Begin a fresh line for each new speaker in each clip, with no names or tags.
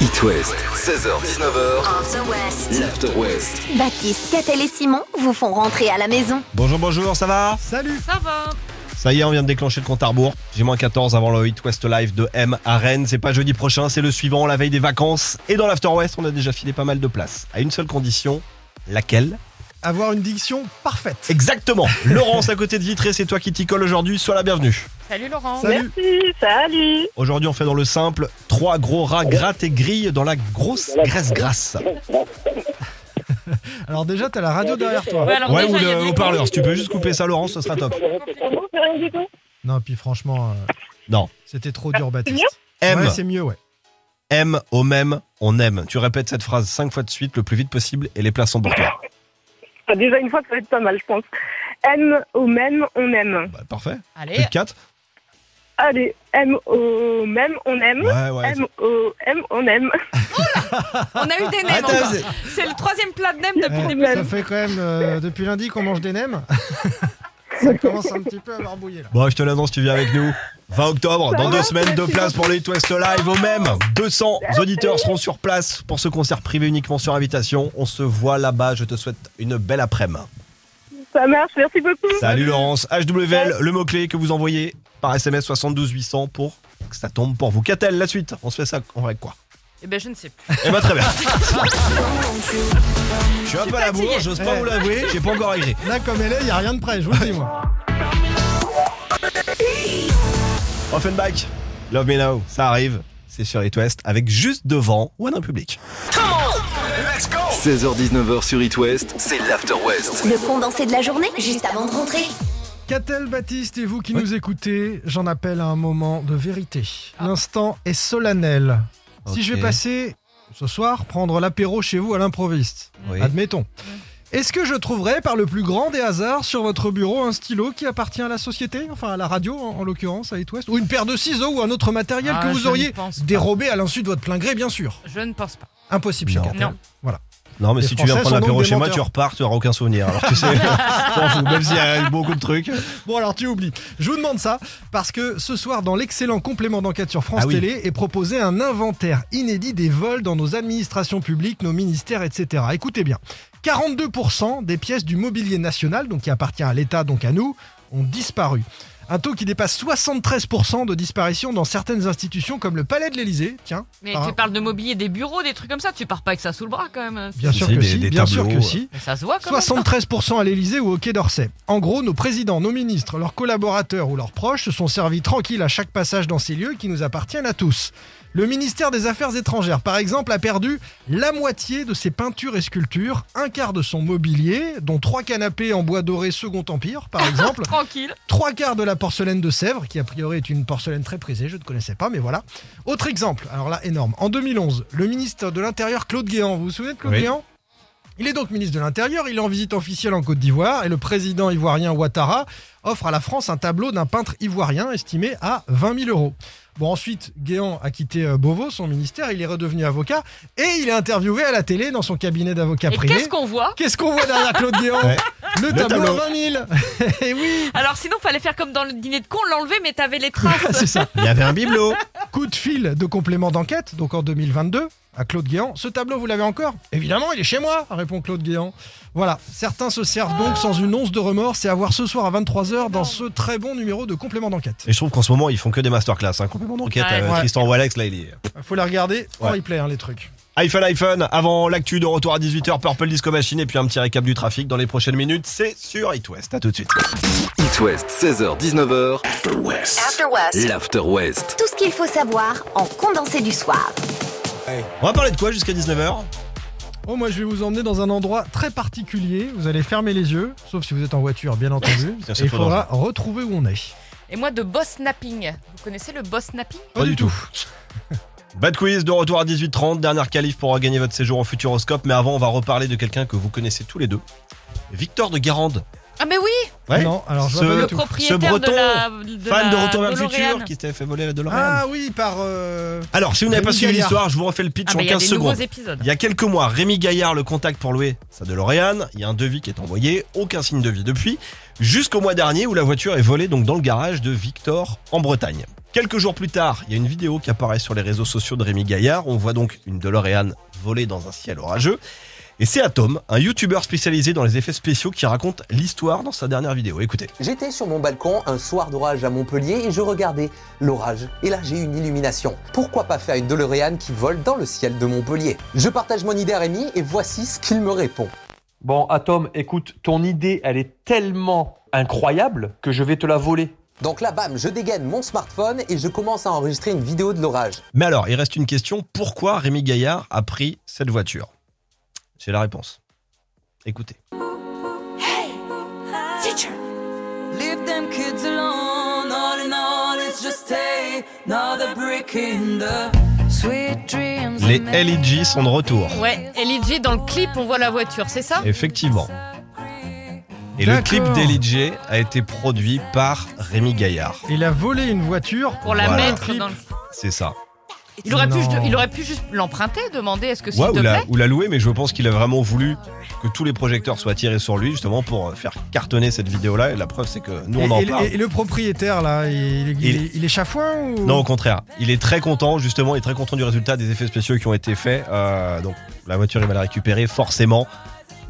It West, 16h-19h,
After West.
l'After West.
Baptiste, Catel et Simon vous font rentrer à la maison.
Bonjour, bonjour, ça va
Salut
Ça va.
Ça y est, on vient de déclencher le compte à rebours. J'ai moins 14 avant le Hit West Live de M à Rennes. C'est pas jeudi prochain, c'est le suivant, la veille des vacances. Et dans l'After West, on a déjà filé pas mal de places. À une seule condition, laquelle
Avoir une diction parfaite.
Exactement Laurence, à côté de Vitré, c'est toi qui t'y colle aujourd'hui, sois la bienvenue.
Salut Laurent.
Salut
Merci, salut.
Aujourd'hui, on fait dans le simple trois gros rats grattes et grillent dans la grosse graisse grasse.
Alors déjà, t'as la radio derrière toi.
Ouais, alors
Ouais,
déjà,
ou
il y a
le
du
haut-parleur, si tu peux juste couper ça, Laurence, ce sera top.
Bon, c'est rien du tout.
Non, et puis franchement... euh,
Non.
C'était trop dur,
mieux
Baptiste.
M,
Ouais, c'est mieux, ouais.
M au même, on aime. Tu répètes cette phrase cinq fois de suite, le plus vite possible, et les places sont pour toi.
Enfin, Ah, Déjà une fois, ça va être pas mal, je pense. M au même, on aime.
Bah, parfait. Plus
Allez,
de 4
Allez, M au même, on aime.
Ouais, ouais.
M au M, on aime.
on a eu des nems
Attends,
encore.
Ah, c'est-
C'est le troisième plat de nems depuis le
Ouais,
début.
Eh, ça fait quand même euh, depuis lundi qu'on mange des nems. ça commence un petit peu à barbouiller là.
Bon, je te l'annonce, tu viens avec nous. 20 octobre, dans
va,
deux semaines, deux
merci.
places pour les Hit West Live au même. 200 auditeurs seront sur place pour ce concert privé uniquement sur invitation. On se voit là-bas. Je te souhaite une belle après-midi.
Ça marche, merci beaucoup.
Salut Laurence. HWL, le mot-clé que vous envoyez par SMS 72 800 pour que ça tombe pour vous. Qu'a-t-elle la suite On se fait ça on va avec quoi
Eh ben je ne sais plus.
Eh ben très bien. Je suis un peu à la
fatiguée.
bourre, j'ose pas
Ouais.
vous l'avouer, j'ai pas encore agréé.
Là, comme elle est, y a rien de prêt, je vous le dis moi.
Offenbach, Love Me Now, ça arrive, c'est sur It West, avec juste devant One Public.
16h-19h sur It West, c'est l'After West.
Le condensé de la journée, juste avant de rentrer.
Catel Baptiste et vous qui
Oui.
nous écoutez, j'en appelle à un moment de vérité.
Ah.
L'instant est solennel. Si je vais
Ok.
passer ce soir prendre l'apéro chez vous à l'improviste,
Oui.
admettons. Est-ce que je trouverai par le plus grand des hasards sur votre bureau un stylo qui appartient à la société, enfin à la radio en, en l'occurrence, à It West, ou une paire de ciseaux ou un autre matériel
Ah,
que
je
vous
ne
auriez
pense pas.
dérobé à l'insu de votre plein gré, bien sûr.
Je ne pense pas.
Impossible chez
Non.
Catel.
Non.
Non, mais
Les
si tu viens
Français
prendre
sont
l'apéro
donc des
chez moi,
menteurs.
tu repars, tu n'auras aucun souvenir. Alors tu sais, t'en fous, même s'il y a eu beaucoup de trucs.
Bon alors tu oublies. Je vous demande ça parce que ce soir dans l'excellent complément d'enquête sur France
Ah oui.
Télé est proposé un inventaire inédit des vols dans nos administrations publiques, nos ministères, etc. Écoutez bien. 42% des pièces du mobilier national, donc qui appartient à l'État, donc à nous, ont disparu. Un taux qui dépasse 73% de disparition dans certaines institutions comme le Palais de l'Élysée. Tiens,
Mais
Ah.
tu parles de mobilier, des bureaux, des trucs comme ça. Tu pars pas avec ça sous le bras quand même.
bien
Si,
sûr
si,
que
des-
si,
des
bien sûr
tableaux,
que si.
Mais ça se voit quand même.
73% à l'Elysée ou au Quai d'Orsay. En gros, nos présidents, nos ministres, leurs collaborateurs ou leurs proches se sont servis tranquilles à chaque passage dans ces lieux qui nous appartiennent à tous. Le ministère des Affaires étrangères, par exemple, a perdu la moitié de ses peintures et sculptures, un quart de son mobilier, dont trois canapés en bois doré Second Empire, par exemple,
Tranquille.
trois quarts de la porcelaine de Sèvres, qui a priori est une porcelaine très prisée, je ne connaissais pas, mais voilà. Autre exemple, alors là, énorme. En 2011, le ministre de l'Intérieur, Claude Guéant, vous vous souvenez de Claude
Oui.
Guéant il est donc ministre de l'Intérieur, il est en visite officielle en Côte d'Ivoire et le président ivoirien Ouattara offre à la France un tableau d'un peintre ivoirien estimé à 20 000 euros. Bon, ensuite, Guéant a quitté euh, Beauvau, son ministère, il est redevenu avocat et il est interviewé à la télé dans son cabinet d'avocat
Et
privé.
qu'est-ce qu'on voit
Qu'est-ce qu'on voit derrière Claude Guéant
Ouais.
Le, tableau à 20 000 Et oui
Alors sinon, fallait faire comme dans le dîner de con, l'enlever, mais t'avais les traces.
C'est ça.
Il y avait un bibelot.
Coup de fil de complément d'enquête, donc en 2022, à Claude Guéant. Ce tableau, vous l'avez encore Évidemment, il est chez moi, répond Claude Guéant. Voilà, certains se servent donc sans une once de remords. C'est à voir ce soir à 23h dans ce très bon numéro de complément d'enquête.
Et je trouve qu'en ce moment, ils font que des masterclass. Hein. Complément d'enquête,
Ouais.
euh,
Ouais.
Tristan Walex, là, il est.
Faut les regarder en
Ouais.
replay, hein, les trucs.
iPhone, iPhone, avant l'actu de retour à 18h, Purple Disco Machine, et puis un petit récap du trafic dans les prochaines minutes. C'est sur It West. À tout de suite.
It West, 16h-19h,
After West.
l'After West.
Tout ce qu'il faut savoir en condensé du soir.
On va parler de quoi jusqu'à 19h
Oh, moi, je vais vous emmener dans un endroit très particulier. Vous allez fermer les yeux, sauf si vous êtes en voiture, bien entendu.
Bien sûr,
Et il
faut
faudra retrouver où on est.
Et moi, de boss snapping. Vous connaissez le boss snapping
Pas du tout. Bad quiz de retour à 18h30, dernière qualif pour gagner votre séjour en Futuroscope. Mais avant, on va reparler de quelqu'un que vous connaissez tous les deux. Victor de Garande.
Ah mais oui,
Ouais.
Non, alors je vois
Euh, Ce-
pas
le
du tout.
propriétaire
breton,
de la de
Fan de
la
Retour vers le futur
DeLorean.
qui s'était fait voler la DeLorean.
Ah oui, par. euh,
Alors, si vous n'avez pas
Rémi
suivi
Gaillard.
l'histoire, je vous refais le pitch
Ah
en
mais il y a
15
des nouveaux
secondes.
épisodes.
Il y a quelques mois, Rémi Gaillard le contacte pour louer sa DeLorean. Il y a un devis qui est envoyé, aucun signe de vie depuis, jusqu'au mois dernier où la voiture est volée donc dans le garage de Victor en Bretagne. Quelques jours plus tard, il y a une vidéo qui apparaît sur les réseaux sociaux de Rémi Gaillard. On voit donc une DeLorean voler dans un ciel orageux. Et c'est Atom, un youtubeur spécialisé dans les effets spéciaux, qui raconte l'histoire dans sa dernière vidéo. Écoutez.
J'étais sur mon balcon un soir d'orage à Montpellier et je regardais l'orage. Et là, j'ai eu une illumination. Pourquoi pas faire une DeLorean qui vole dans le ciel de Montpellier Je partage mon idée à Rémi et voici ce qu'il me répond.
Bon, Atom, écoute, ton idée, elle est tellement incroyable que je vais te la voler.
Donc là, bam, je dégaine mon smartphone et je commence à enregistrer une vidéo de l'orage.
Mais alors, il reste une question. Pourquoi Rémi Gaillard a pris cette voiture J'ai la réponse. Écoutez.
Leave them kids alone. All in all, it's just another brick in the sweet dreams.
Les LEG sont de retour.
Ouais, et Lidji, dans le clip, on voit la voiture, c'est ça
Effectivement. Et le
D'accord.
clip d'LEG a été produit par Rémi Gaillard.
Il a volé une voiture
Pour la
Voilà.
mettre dans le...
C'est ça.
Il aurait, pu,
Non.
il aurait pu juste l'emprunter, demander est-ce que s'il
Ouais,
te
ou
plaît
la, ou la louer, mais je pense qu'il a vraiment voulu que tous les projecteurs soient tirés sur lui, justement pour euh, faire cartonner cette vidéo-là. Et la preuve, c'est que nous,
Et,
on en
et-
parle.
et le propriétaire là, il, il-
Il-
il- il est chafouin ou
Non, au contraire. Il est très content, justement, il est très content du résultat des effets spéciaux qui ont été faits. Euh, donc, la voiture, il va la récupérer, forcément.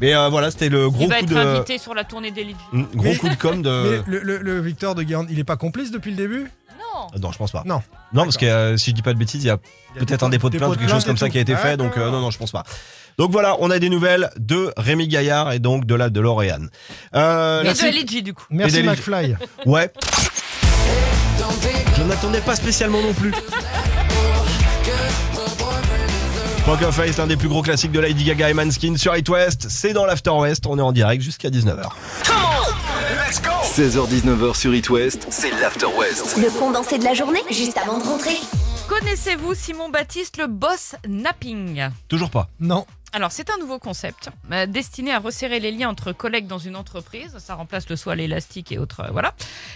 Mais euh, voilà, c'était le gros
Il va
coup
être
de.
invité sur la tournée des Lidji.
Mm, Gros
Mais-
coup de com
Mais
de.
le, le- le Victor de Guéant, il est pas complice depuis le début
Non
Ah, Non, je pense pas.
Non.
Non, parce que euh, si je dis pas de bêtises, il y a peut-être un dépôt de plainte ou quelque chose comme ça qui a été fait. Donc, euh, non, non, je pense pas. Donc voilà, on a des nouvelles de Rémi Gaillard et donc de la DeLorean. Euh, la
Mais de
suite-
Lidji, du coup.
Merci
Et d'aller-
McFly.
Ouais. Je n'attendais pas spécialement non plus. Poker Face, l'un des plus gros classiques de Lady Gaga et Manskin sur It West. C'est dans l'After West. On est en direct jusqu'à 19h.
16h-19h sur It West, c'est l'After West.
Le condensé de la journée, juste avant de rentrer.
Connaissez-vous Simon Baptiste, le boss napping
Toujours pas.
Non.
Alors, c'est un nouveau concept euh, destiné à resserrer les liens entre collègues dans une entreprise. Ça remplace le soie, l'élastique et autres. euh, voilà.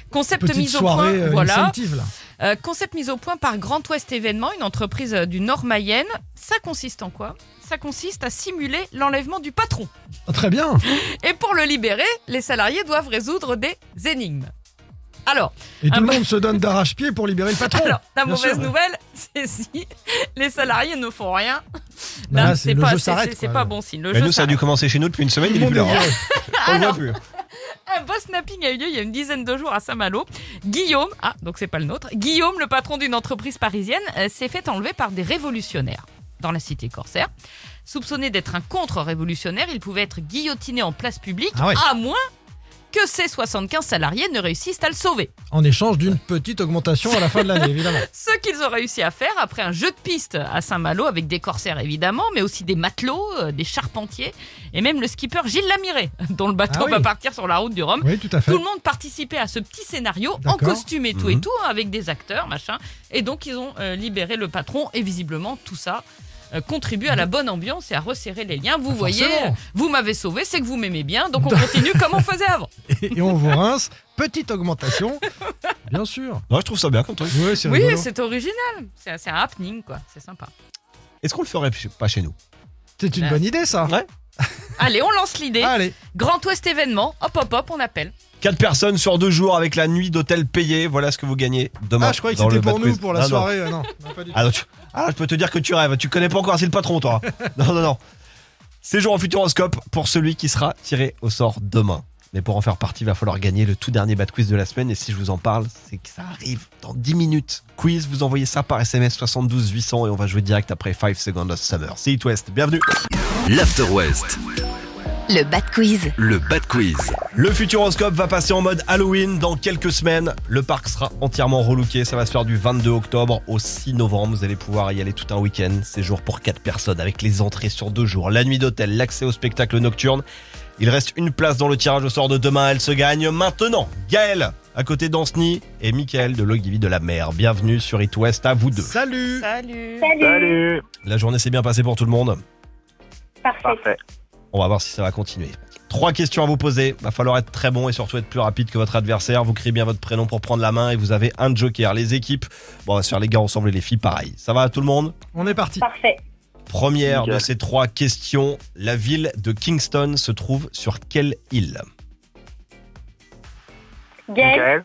Concept
Petite
mis au point.
soirée euh,
voilà.
incentive là.
Euh, concept mis au point par Grand Ouest Événement, une entreprise euh, du Nord Mayenne. Ça consiste en quoi Ça consiste à simuler l'enlèvement du patron.
Ah, très bien.
Et pour le libérer, les salariés doivent résoudre des énigmes. Alors,
Et
Ah
tout le
bah.
monde se donne d'arrache-pied pour libérer le patron.
alors la
Oh, bien
mauvaise
sûr.
nouvelle, c'est si les salariés ne font rien,
Bah
là,
là,
c'est
le
pas,
jeu
c'est-
s'arrête,
c'est- c'est
quoi.
pas bon signe. Le
Mais
jeu
Bah, nous, ça a dû
s'arrête.
commencé chez nous depuis une semaine. Il est plus là. hein. On le voit plus.
Un boss snapping a eu lieu il y a une dizaine de jours à Saint-Malo. Guillaume, ah, donc c'est pas le nôtre, Guillaume, le patron d'une entreprise parisienne, euh, s'est fait enlever par des révolutionnaires dans la cité corsaire. Soupçonné d'être un contre-révolutionnaire, il pouvait être guillotiné en place publique,
Ah ouais.
à moins que ses 75 salariés ne réussissent à le sauver.
En échange d'une petite augmentation à la fin de l'année, évidemment.
Ce qu'ils ont réussi à faire après un jeu de piste à Saint-Malo avec des corsaires évidemment, mais aussi des matelots, euh, des charpentiers et même le skipper Gilles Lamiré, dont le bateau
Ah oui.
va partir sur la route du Rhum.
Oui, tout à fait.
Tout le monde participait à ce petit scénario en
D'accord.
costume et tout et
Mhm.
tout, hein, avec des acteurs, machin. Et donc, ils ont euh, libéré le patron et visiblement, tout ça euh, contribue à la bonne ambiance et à resserrer les liens. Vous voyez,
Ah, forcément.
euh, vous m'avez sauvé, c'est que vous m'aimez bien, donc on continue comme on faisait avant.
Et on vous rince. Petite augmentation. Bien sûr.
Non, je trouve ça bien comme truc.
Oui, c'est
Oui,
rigolo.
c'est original. C'est c'est un happening, quoi. C'est sympa.
Est-ce qu'on le ferait chez- pas chez nous
C'est une bonne idée, ça.
Allez, on lance l'idée.
Allez.
Grand Ouest événement, hop, hop, hop, on appelle.
Quatre personnes sur deux jours avec la nuit d'hôtel payée. Voilà ce que vous gagnez demain.
ah, je croyais que
dans
c'était
le
pour
Bad
nous,
Quiz.
pour la
Non, non.
soirée. euh, Non, non, pas du tout.
Alors, tu- alors, je peux te dire que tu rêves. Tu connais pas encore, c'est le patron, toi. non, non, non. Séjour en futuroscope pour celui qui sera tiré au sort demain. Mais pour en faire partie, il va falloir gagner le tout dernier bad quiz de la semaine. Et si je vous en parle, c'est que ça arrive dans 10 minutes. Quiz, vous envoyez ça par SMS 72 800 et on va jouer direct après 5 Seconds of Summer. C'est It West, bienvenue.
L'After West,
Le Bad Quiz.
le Bad Quiz.
Le Futuroscope va passer en mode Halloween dans quelques semaines. Le parc sera entièrement relooké. Ça va se faire du 22 octobre au 6 novembre. Vous allez pouvoir y aller tout un week-end. Séjour pour 4 personnes avec les entrées sur 2 jours, la nuit d'hôtel, l'accès au spectacle nocturne. Il reste une place dans le tirage au sort de demain. Elle se gagne maintenant. Gaël, à côté d'Anceny, et Michael de Logivy de la Mer. Bienvenue sur It West à vous deux.
Salut.
Salut.
Salut.
La journée s'est bien passée pour tout le monde.
Parfait.
On va voir si ça va continuer. Trois questions à vous poser. Va falloir être très bon et surtout être plus rapide que votre adversaire. Vous criez bien votre prénom pour prendre la main et vous avez un joker. Les équipes, bon, on va se faire les gars ensemble et les filles pareil. Ça va tout le monde
Ah, On est parti.
Parfait.
Première
Nickel.
de ces trois questions. La ville de Kingston se trouve sur quelle île
Gaël,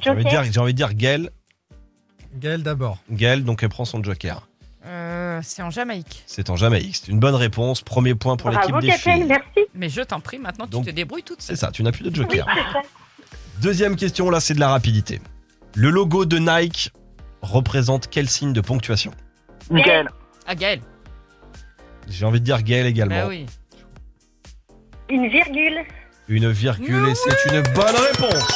J'ai envie de
Joker,
dire, j'ai envie de dire Gaël,
Gaël d'abord.
Gaël, donc elle prend son joker.
Euh, c'est en Jamaïque.
C'est en Jamaïque. C'est une bonne réponse. Premier point pour l'équipe
Bravo,
des
Catherine,
filles.
merci.
Mais je t'en prie, maintenant
Donc-
tu te débrouilles toute
C'est
seule.
ça, tu n'as plus de joker. Deuxième question, là c'est de la rapidité. Le logo de Nike représente quel signe de ponctuation
Miguel.
Ah Gaël,
J'ai envie de dire Gaël également.
bah oui.
Une virgule.
Une virgule et c'est une bonne réponse.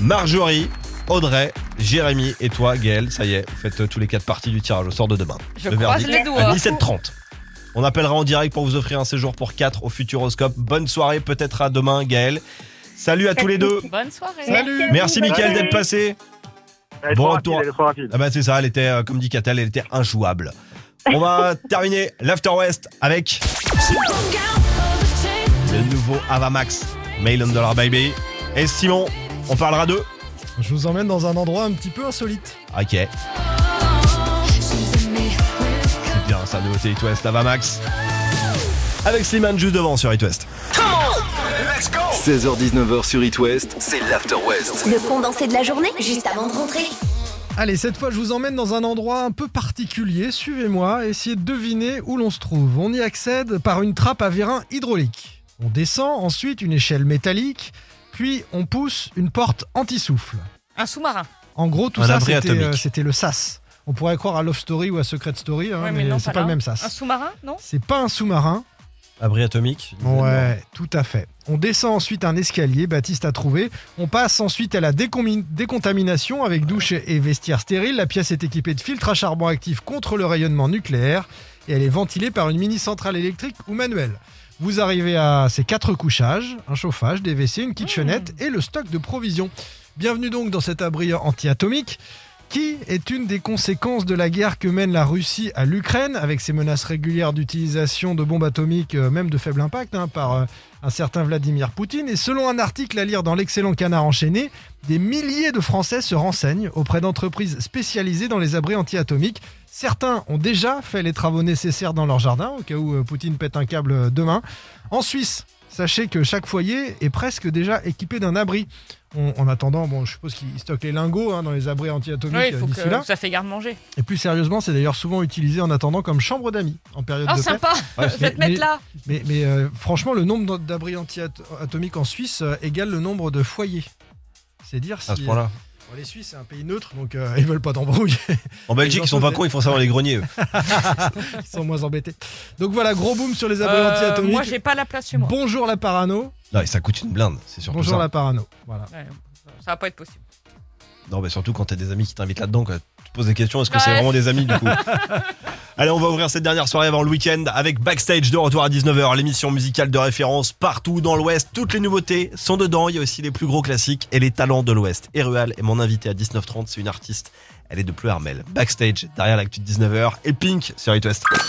Marjorie, Audrey, Jérémy et toi, Gaël, ça y est, vous faites euh, tous les quatre parties du tirage au sort de demain.
Je
Le
croise
verdict
les
à
doigts.
17h30. On appellera en direct pour vous offrir un séjour pour 4 au Futuroscope. Bonne soirée, peut-être à demain, Gaël. Salut à tous les deux.
Bonne soirée.
Salut
Merci, Mickaël,
Bonne
d'être passé.
Elle est
Bon
trop
retour.
rapide, elle est trop rapide.
Ah bah c'est ça, elle était, euh, comme dit Catel, elle était injouable. On va terminer l'After West avec le nouveau Avamax, Mail on Dollar Baby. Et Simon, on parlera d'eux
Je vous emmène dans un endroit un petit peu insolite.
Ok. C'est bien ça, nouveauté It West, Avamax. Avec Slimane juste devant sur It West.
16h-19h sur It West, c'est l'After West.
Le condensé de la journée, juste avant de rentrer.
Allez, cette fois, je vous emmène dans un endroit un peu particulier. Suivez-moi, essayez de deviner où l'on se trouve. On y accède par une trappe à vérin hydraulique. On descend ensuite une échelle métallique, puis on pousse une porte anti-souffle.
Un sous-marin.
En gros, tout
Un
ça,
abri
c'était euh,
atomique.
c'était le SAS. On pourrait croire à Love Story ou à Secret Story, hein,
Ouais,
mais,
non,
c'est pas
là.
le même
Un
Ah,
SAS.
sous-marin, non
C'est pas un sous-marin.
Abri atomique.
Ouais, tout à fait. On descend ensuite un escalier, Baptiste a trouvé. On passe ensuite à la décomi- décontamination avec douche et vestiaire stérile. La pièce est équipée de filtres à charbon actifs contre le rayonnement nucléaire et elle est ventilée par une mini centrale électrique ou manuelle. Vous arrivez à ces quatre couchages, un chauffage, des WC, une kitchenette et le stock de provisions. Bienvenue donc dans cet abri anti-atomique qui est une des conséquences de la guerre que mène la Russie à l'Ukraine, avec ses menaces régulières d'utilisation de bombes atomiques, euh, même de faible impact, hein, par euh, un certain Vladimir Poutine. Et selon un article à lire dans l'excellent Canard enchaîné, des milliers de Français se renseignent auprès d'entreprises spécialisées dans les abris anti-atomiques. Certains ont déjà fait les travaux nécessaires dans leur jardin, au cas où euh, Poutine pète un câble euh, demain. En Suisse, sachez que chaque foyer est presque déjà équipé d'un abri. En, en attendant, bon, je suppose qu'ils stockent les lingots hein, dans les abris anti-atomiques
Oui, il
euh,
faut
d'ici
que
là.
ça fait garde-manger.
Et plus sérieusement, c'est d'ailleurs souvent utilisé en attendant comme chambre d'amis en période
Oh,
de paix.
sympa
Ouais,
Je vais te
mais-
mettre là
Mais, mais, euh, franchement, le nombre d'abris anti-atomiques en Suisse euh, égale le nombre de foyers. C'est dire si.
À ce point-là.
Bon, les Suisses, c'est un pays neutre, donc euh, ils veulent pas d'embrouille.
En Belgique,
Ils ont
ils sont pas
fait-
cons, ils font ça dans les greniers. eux.
ils sont moins embêtés. Donc voilà, gros boom sur les abris
Euh, moi, j'ai
anti-atomiques.
pas la place chez moi.
Bonjour la parano.
Non, et ça coûte une blinde, c'est surtout
Bonjour
ça.
la parano. Voilà.
Ouais, ça va pas être possible.
Non, mais surtout quand t'as des amis qui t'invitent là-dedans, quoi. tu te poses des questions, est-ce que
Ouais.
c'est vraiment des amis du coup Allez, on va ouvrir cette dernière soirée avant le week-end avec Backstage de retour à 19h, l'émission musicale de référence partout dans l'Ouest. Toutes les nouveautés sont dedans, il y a aussi les plus gros classiques et les talents de l'Ouest. Et Rual est mon invité à 19h30, c'est une artiste, elle est de Pleuharmel. Backstage, derrière l'actu de 19h, et Pink sur It West.